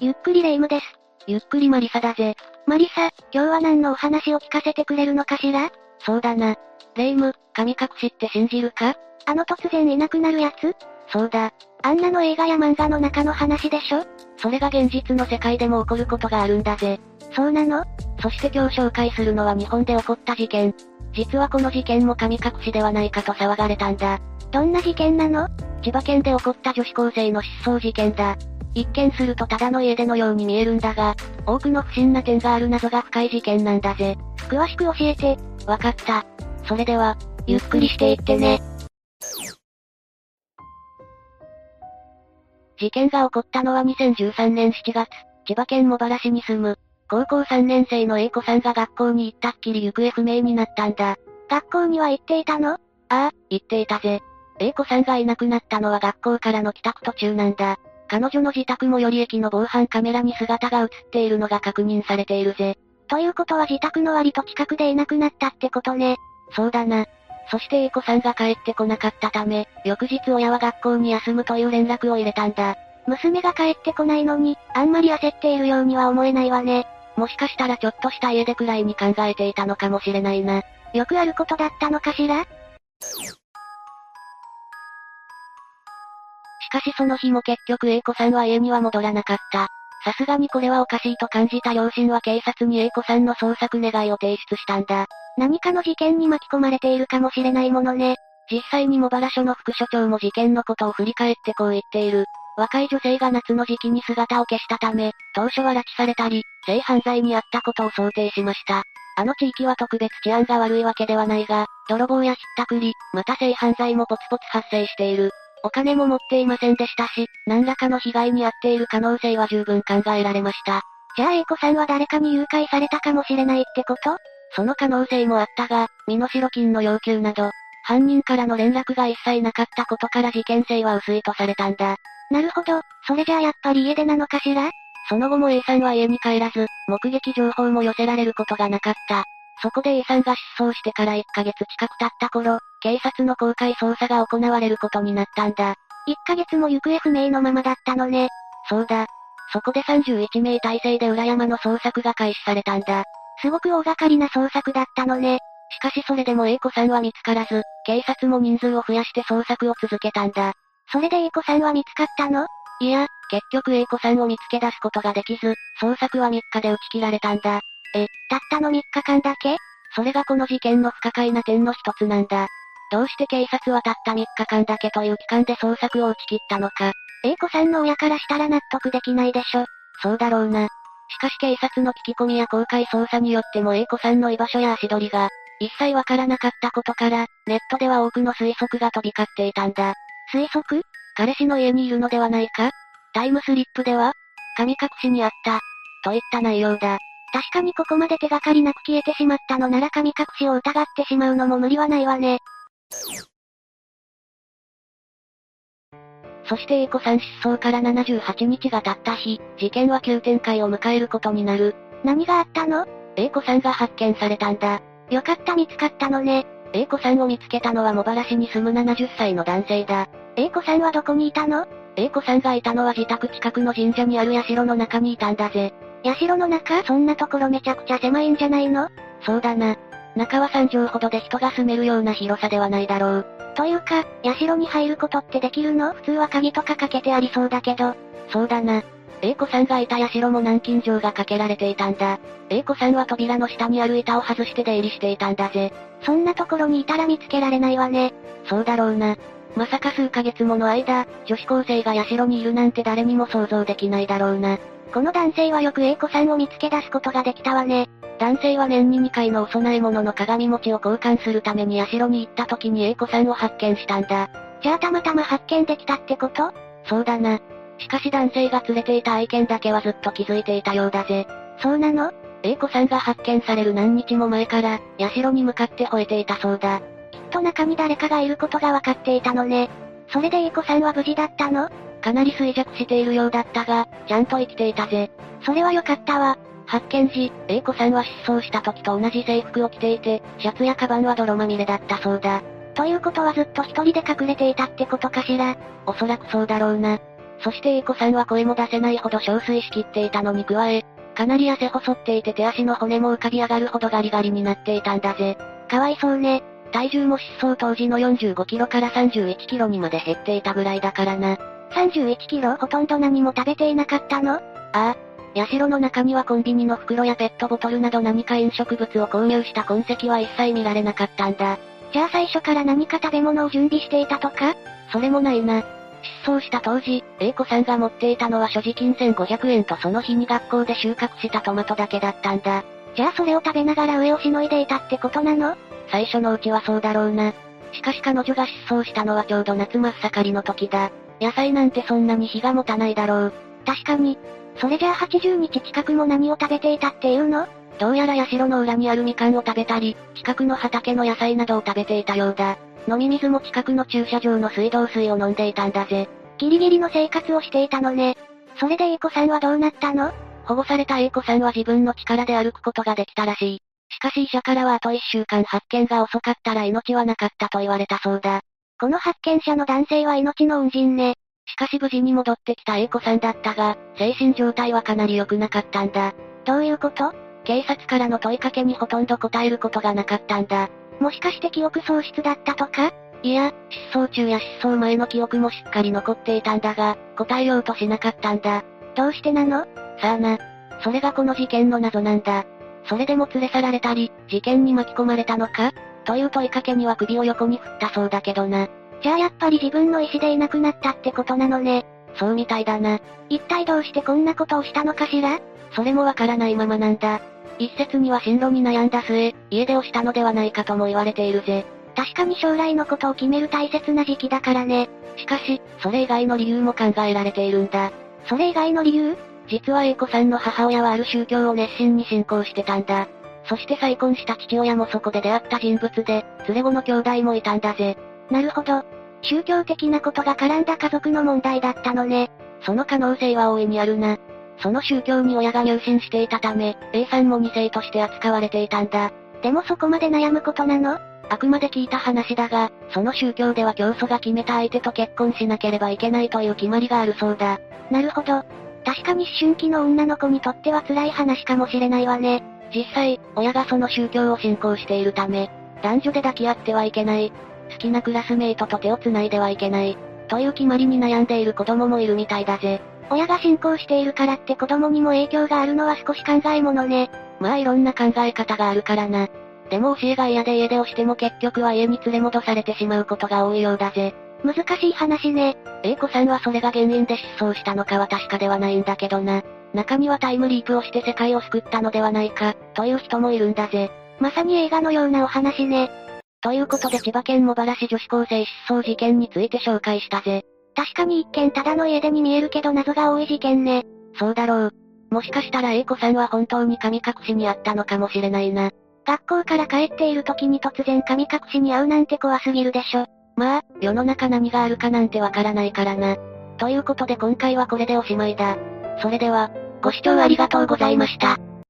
ゆっくりレ夢ムです。ゆっくりマリサだぜ。マリサ、今日は何のお話を聞かせてくれるのかしらそうだな。レ夢ム、神隠しって信じるかあの突然いなくなるやつそうだ。あんなの映画や漫画の中の話でしょそれが現実の世界でも起こることがあるんだぜ。そうなのそして今日紹介するのは日本で起こった事件。実はこの事件も神隠しではないかと騒がれたんだ。どんな事件なの千葉県で起こった女子高生の失踪事件だ。一見するとただの家出のように見えるんだが、多くの不審な点がある謎が深い事件なんだぜ。詳しく教えて。わかった。それでは、ゆっくりしていってね。事件が起こったのは2013年7月、千葉県茂原市に住む、高校3年生の A 子さんが学校に行ったっきり行方不明になったんだ。学校には行っていたのああ、行っていたぜ。A 子さんがいなくなったのは学校からの帰宅途中なんだ。彼女の自宅最寄り駅の防犯カメラに姿が映っているのが確認されているぜ。ということは自宅の割と近くでいなくなったってことね。そうだな。そして A 子さんが帰ってこなかったため、翌日親は学校に休むという連絡を入れたんだ。娘が帰ってこないのに、あんまり焦っているようには思えないわね。もしかしたらちょっとした家出くらいに考えていたのかもしれないな。よくあることだったのかしらしかしその日も結局 A 子さんは家には戻らなかった。さすがにこれはおかしいと感じた両親は警察に A 子さんの捜索願いを提出したんだ。何かの事件に巻き込まれているかもしれないものね。実際に茂原署の副署長も事件のことを振り返ってこう言っている。若い女性が夏の時期に姿を消したため、当初は拉致されたり、性犯罪に遭ったことを想定しました。あの地域は特別治安が悪いわけではないが、泥棒やひったくり、また性犯罪もポツポツ発生している。お金も持っていませんでしたし、何らかの被害に遭っている可能性は十分考えられました。じゃあ A 子さんは誰かに誘拐されたかもしれないってことその可能性もあったが、身代金の要求など、犯人からの連絡が一切なかったことから事件性は薄いとされたんだ。なるほど、それじゃあやっぱり家出なのかしらその後も A さんは家に帰らず、目撃情報も寄せられることがなかった。そこで A さんが失踪してから1ヶ月近く経った頃、警察の公開捜査が行われることになったんだ。 1ヶ月も行方不明のままだったのね。そうだ。そこで31名体制で裏山の捜索が開始されたんだ。すごく大掛かりな捜索だったのね。しかしそれでも A 子さんは見つからず、警察も人数を増やして捜索を続けたんだ。それで A 子さんは見つかったのいや、結局 A 子さんを見つけ出すことができず、捜索は3日で打ち切られたんだ。え、たったの3日間だけそれがこの事件の不可解な点の一つなんだ。どうして警察はたった3日間だけという期間で捜索を打ち切ったのか。 A 子さんの親からしたら納得できないでしょ。そうだろうな。しかし警察の聞き込みや公開捜査によっても A 子さんの居場所や足取りが、一切わからなかったことから、ネットでは多くの推測が飛び交っていたんだ。推測彼氏の家にいるのではないかタイムスリップでは神隠しにあった。といった内容だ。確かにここまで手がかりなく消えてしまったのなら神隠しを疑ってしまうのも無理はないわね。そして A 子さん失踪から78日が経った日、事件は急展開を迎えることになる。何があったの ?A 子さんが発見されたんだ。よかった見つかったのね。 A 子さんを見つけたのは茂原市に住む70歳の男性だ。 A 子さんはどこにいたの ?A 子さんがいたのは自宅近くの神社にある社の中にいたんだぜ。社の中そんなところめちゃくちゃ狭いんじゃないのそうだな。中は3畳ほどで人が住めるような広さではないだろう。というか、社に入ることってできるの普通は鍵とかかけてありそうだけど。そうだな。A 子さんがいた社も南京錠がかけられていたんだ。A 子さんは扉の下にある板を外して出入りしていたんだぜ。そんなところにいたら見つけられないわね。そうだろうな。まさか数ヶ月もの間、女子高生が社にいるなんて誰にも想像できないだろうな。この男性はよく A 子さんを見つけ出すことができたわね。男性は年に2回のお供え物の鏡餅を交換するために社に行った時に A 子さんを発見したんだ。じゃあたまたま発見できたってことそうだな。しかし男性が連れていた愛犬だけはずっと気づいていたようだぜ。そうなの ?A 子さんが発見される何日も前から、社に向かって吠えていたそうだ。きっと中に誰かがいることが分かっていたのね。それで A 子さんは無事だったのかなり衰弱しているようだったが、ちゃんと生きていたぜ。それは良かったわ。発見時、A 子さんは失踪した時と同じ制服を着ていて、シャツやカバンは泥まみれだったそうだ。ということはずっと一人で隠れていたってことかしら。おそらくそうだろうな。そして A 子さんは声も出せないほど憔悴しきっていたのに加え、かなり痩せ細っていて手足の骨も浮かび上がるほどガリガリになっていたんだぜ。かわいそうね。体重も失踪当時の45キロから31キロにまで減っていたぐらいだからな。 31キロほとんど何も食べていなかったのああ。社の中にはコンビニの袋やペットボトルなど何か飲食物を購入した痕跡は一切見られなかったんだ。じゃあ最初から何か食べ物を準備していたとかそれもないな。失踪した当時、A 子さんが持っていたのは所持金1500円とその日に学校で収穫したトマトだけだったんだ。じゃあそれを食べながら上をしのいでいたってことなの最初のうちはそうだろうな。しかし彼女が失踪したのはちょうど夏真っ盛りの時だ。野菜なんてそんなに日が持たないだろう。確かに。それじゃあ80日近くも何を食べていたっていうのどうやら社の裏にあるみかんを食べたり、近くの畑の野菜などを食べていたようだ。飲み水も近くの駐車場の水道水を飲んでいたんだぜ。ギリギリの生活をしていたのね。それで A 子さんはどうなったの保護された A 子さんは自分の力で歩くことができたらしい。しかし医者からはあと1週間発見が遅かったら命はなかったと言われたそうだ。この発見者の男性は命の恩人ね。しかし無事に戻ってきた A 子さんだったが、精神状態はかなり良くなかったんだ。どういうこと警察からの問いかけにほとんど答えることがなかったんだ。もしかして記憶喪失だったとかいや、失踪中や失踪前の記憶もしっかり残っていたんだが、答えようとしなかったんだ。どうしてなのさあな。それがこの事件の謎なんだ。それでも連れ去られたり、事件に巻き込まれたのかという問いかけには首を横に振ったそうだけどな。じゃあやっぱり自分の意思でいなくなったってことなのね。そうみたいだな。一体どうしてこんなことをしたのかしらそれもわからないままなんだ。一説には進路に悩んだ末、家出をしたのではないかとも言われているぜ。確かに将来のことを決める大切な時期だからね。しかし、それ以外の理由も考えられているんだ。それ以外の理由実は A 子さんの母親はある宗教を熱心に信仰してたんだ。そして再婚した父親もそこで出会った人物で、連れ子の兄弟もいたんだぜ。なるほど。宗教的なことが絡んだ家族の問題だったのね。その可能性は大いにあるな。その宗教に親が入信していたため、A さんも2世として扱われていたんだ。でもそこまで悩むことなのあくまで聞いた話だが、その宗教では教祖が決めた相手と結婚しなければいけないという決まりがあるそうだ。なるほど。確かに思春期の女の子にとっては辛い話かもしれないわね。実際、親がその宗教を信仰しているため、男女で抱き合ってはいけない。好きなクラスメイトと手を繋いではいけない。という決まりに悩んでいる子供もいるみたいだぜ。親が信仰しているからって子供にも影響があるのは少し考えものね。まあいろんな考え方があるからな。でも教えが嫌で家出をしても結局は家に連れ戻されてしまうことが多いようだぜ。難しい話ね。 A 子さんはそれが原因で失踪したのかは確かではないんだけどな。中にはタイムリープをして世界を救ったのではないか、という人もいるんだぜ。まさに映画のようなお話ね。ということで千葉県茂原市女子高生失踪事件について紹介したぜ。確かに一見ただの家出に見えるけど謎が多い事件ね。そうだろう。もしかしたら A 子さんは本当に神隠しにあったのかもしれないな。学校から帰っている時に突然神隠しに会うなんて怖すぎるでしょ。まあ、世の中何があるかなんてわからないからな。ということで今回はこれでおしまいだ。それでは、ご視聴ありがとうございました。